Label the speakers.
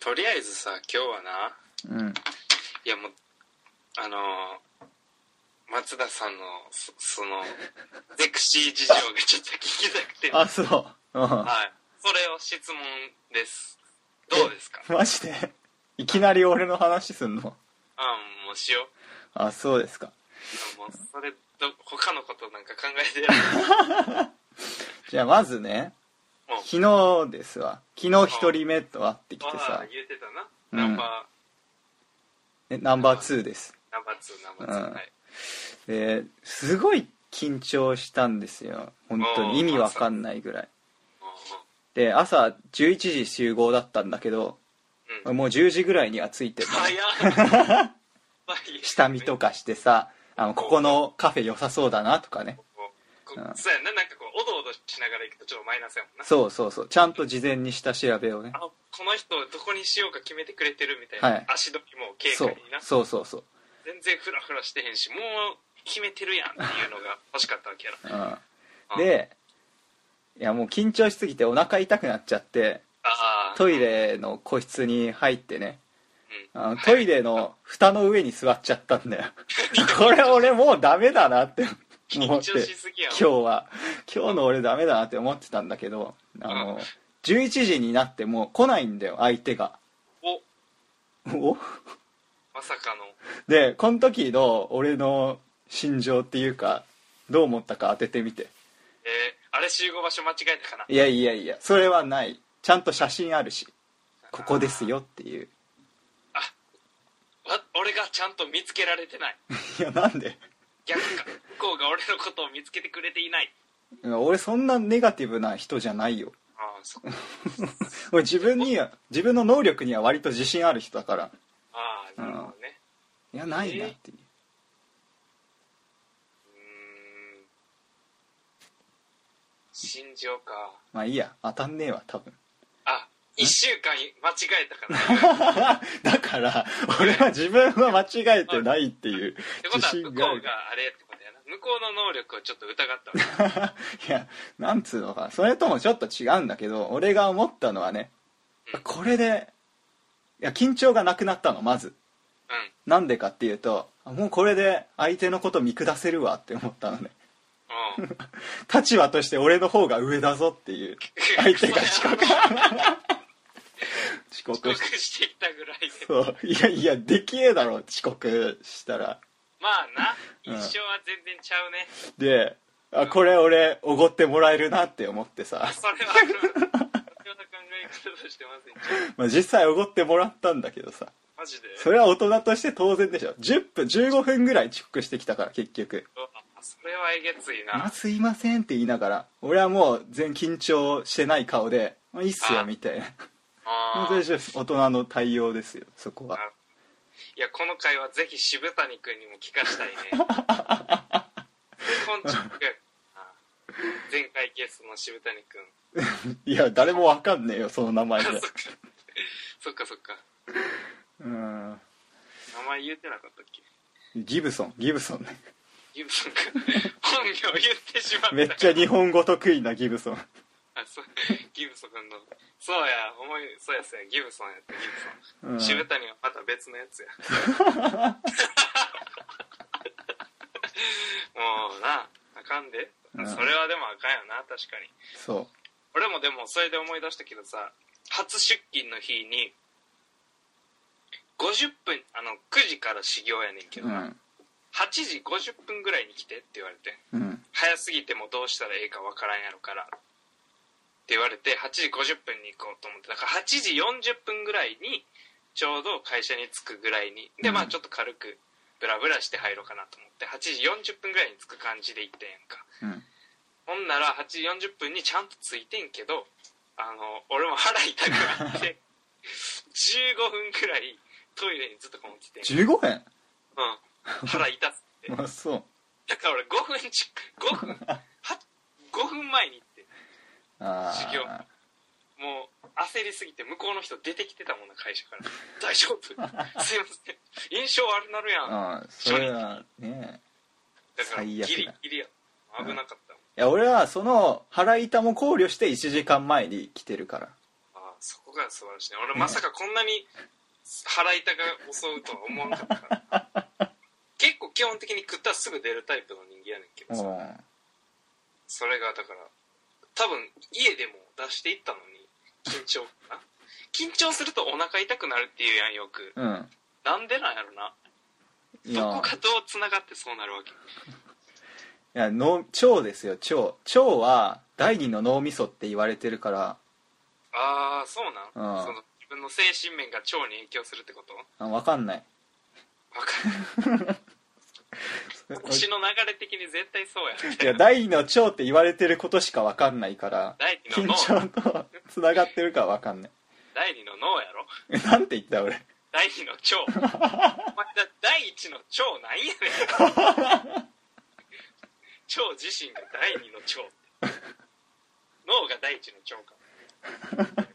Speaker 1: とりあえずさ今日はな
Speaker 2: うん。
Speaker 1: いやもうあのー松田さんのそそ のゼクシー事情がちょっと聞きたくて
Speaker 2: あ、そう。う
Speaker 1: はいそれを質問ですどうですか
Speaker 2: ん。マジでいきなり俺の話すんの
Speaker 1: あもうしよう
Speaker 2: あ、そうですか。
Speaker 1: あもうそれど他のことなんか考え てやる
Speaker 2: じゃあまずね、
Speaker 1: もう
Speaker 2: 昨日ですわ。昨日一人目と会ってきて
Speaker 1: あ
Speaker 2: さ
Speaker 1: あ、言えてたな
Speaker 2: うん
Speaker 1: ナンバ
Speaker 2: ねナンバー2です。
Speaker 1: ーナンバー2ナンバー
Speaker 2: う
Speaker 1: 2
Speaker 2: ん
Speaker 1: はい
Speaker 2: ですごい緊張したんですよ。本当に意味わかんないぐらい。
Speaker 1: おう
Speaker 2: で、朝11時集合だったんだけど、
Speaker 1: おううん
Speaker 2: もう10時ぐらいには着いてるのね
Speaker 1: 早っ 早い
Speaker 2: 下見とかしてさ、あの、ここのカフェ良さそうだなとかね。
Speaker 1: こう
Speaker 2: うん
Speaker 1: そうやななんかこうおどおどしながら行くとちょっとマイナスやもんな
Speaker 2: そうそうそう。ちゃんと事前に下調べをね
Speaker 1: あ。この人どこにしようか決めてくれてるみたい
Speaker 2: は
Speaker 1: ない足取りも軽
Speaker 2: そ
Speaker 1: 快
Speaker 2: う
Speaker 1: にな
Speaker 2: そうそうそう。
Speaker 1: 全然フラフラしてへんしもう決めてるやんっていうのが欲しかったわけやろ
Speaker 2: うん
Speaker 1: うん
Speaker 2: でいやもう緊張しすぎてお腹痛くなっちゃって
Speaker 1: ああ
Speaker 2: トイレの個室に入ってね
Speaker 1: うん
Speaker 2: あのトイレの蓋の上に座っちゃったんだよ これ俺もうダメだなって思
Speaker 1: 緊
Speaker 2: って
Speaker 1: 張しすぎやん
Speaker 2: 今日は今日の俺ダメだなって思ってたんだけどあ
Speaker 1: うん
Speaker 2: の11時になってもう来ないんだよ相手が
Speaker 1: お
Speaker 2: お
Speaker 1: まさかの
Speaker 2: でこの時の俺の心情っていうかどう思ったか当ててみて
Speaker 1: えー、あれ集合場所間違えたかない
Speaker 2: やいやいやそれはないちゃんと写真あるしここですよっていう
Speaker 1: わ俺がちゃんと見つけられてない
Speaker 2: いやなんで
Speaker 1: 逆 か向こうが俺のことを見つけてくれていない
Speaker 2: 俺そんなネガティブな人じゃないよ
Speaker 1: ああそっか
Speaker 2: 俺自分には自分の能力には割と自信ある人だから
Speaker 1: ああなるほどね
Speaker 2: いやないなっていう
Speaker 1: うーん心情か
Speaker 2: まあいいや当たんねえわ多 分
Speaker 1: あ一週間間違えたかな
Speaker 2: だから俺は自分は間違えてないっていう
Speaker 1: ってこと
Speaker 2: 自
Speaker 1: は向
Speaker 2: 信があ
Speaker 1: こう
Speaker 2: る
Speaker 1: があれってことやな向こうの能力をちょっと疑ったわけ
Speaker 2: いやなんつうのかなそれともちょっと違うんだけど俺が思ったのはね
Speaker 1: うん
Speaker 2: これでいや緊張がなくなったのまず
Speaker 1: うん
Speaker 2: なんでかっていうとあもうこれで相手のこと見下せるわって思ったのね
Speaker 1: うん
Speaker 2: 立場として俺の方が上だぞっていう相手 が遅刻遅
Speaker 1: 遅刻
Speaker 2: 刻し
Speaker 1: してきたぐらいで
Speaker 2: そういやいやできえだろ遅刻したら
Speaker 1: まあな
Speaker 2: うん
Speaker 1: 印象は全然ちゃうね、
Speaker 2: であこれ俺おごってもらえるなって思ってさ、
Speaker 1: それはそれは考え方としてませんちゃう
Speaker 2: まあ、実際おごってもらったんだけどさ
Speaker 1: マジで
Speaker 2: それは大人として当然でしょ10分15分ぐらい遅刻してきたから結局
Speaker 1: あそれはえげつい
Speaker 2: あ
Speaker 1: な
Speaker 2: すいませんって言いながら俺はもう全緊張してない顔で「まあいいっすよ
Speaker 1: あ」
Speaker 2: みたいな
Speaker 1: あ
Speaker 2: 本当
Speaker 1: ー
Speaker 2: に大人の対応ですよそこは
Speaker 1: あいやこの回はぜひ渋谷君にも聞かしたいね本日前回ゲストの渋谷君
Speaker 2: いや誰もわかんねえよその名前で
Speaker 1: そっかそっか
Speaker 2: うん
Speaker 1: 名前言ってなかったっけ
Speaker 2: ギブソンギブソンね
Speaker 1: ギブソン君本名言ってしまった
Speaker 2: めっちゃ日本語得意なギブソン
Speaker 1: あそうギブソン君のそうや思いそうやそうやギブソンやったギ
Speaker 2: う
Speaker 1: ブソン、
Speaker 2: ん
Speaker 1: 渋谷はまた別のや つやもうなあかんで、
Speaker 2: うん
Speaker 1: それはでもあかんよな確かに
Speaker 2: そ
Speaker 1: 俺もでもそれで思い出したけどさ初出勤の日に50分あの9時から始業やねんけ
Speaker 2: う
Speaker 1: ど、
Speaker 2: うん
Speaker 1: 8時50分ぐらいに来てって言われて
Speaker 2: うん
Speaker 1: 早すぎてもどうしたらええかわからんやろからって言われて8時50分に行こうと思ってだから8時40分ぐらいにちょうど会社に着くぐらいにでまあ
Speaker 2: うん
Speaker 1: ちょっと軽くブラブラして入ろうかなと思って8時40分ぐらいに着く感じで行ってんやんか
Speaker 2: うん
Speaker 1: ほんなら8時40分にちゃんと着いてんけどあの俺も腹痛くな って15分くらいトイレにずっとこもっててん、う
Speaker 2: 15円
Speaker 1: ん、腹痛すぎて
Speaker 2: まあそう
Speaker 1: だから俺5分ち5分は5分前に行って
Speaker 2: あ
Speaker 1: 授業
Speaker 2: あ
Speaker 1: もう焦りすぎて向こうの人出てきてたもんな会社から「大 丈夫すいません印象悪なるやん」
Speaker 2: あそれはね
Speaker 1: だからギ
Speaker 2: 最悪だ
Speaker 1: リギリや危なかったもん、
Speaker 2: いや俺はその腹痛も考慮して1時間前に来てるから
Speaker 1: あそこが素晴らしいね俺まさかこんなに腹痛が襲うとは思わなかったから 結構基本的に食ったらすぐ出るタイプの人間やねんけどさ
Speaker 2: うん
Speaker 1: それがだから多分家でも出していったのに緊張かな緊張するとお腹痛くなるっていうやんよく
Speaker 2: うん
Speaker 1: なんでなんやろないどこ
Speaker 2: や
Speaker 1: かどうつながってそうなるわけ
Speaker 2: いや脳腸ですよ腸腸は第二の脳みそって言われてるから
Speaker 1: ああそうなん
Speaker 2: うん
Speaker 1: その自分の精神面が腸に影響するって こと
Speaker 2: あわかんない
Speaker 1: わかる私の流れ的に絶対そうやね
Speaker 2: いや第二の腸って言われてることしかわかんないから
Speaker 1: 第二
Speaker 2: 緊
Speaker 1: の脳
Speaker 2: 張とつながってるかわかんない
Speaker 1: 第二の脳やろ
Speaker 2: えなんて言った俺
Speaker 1: 第二の腸お前だ 第一の腸なんやねん 腸自身が第二の腸脳が第一の腸か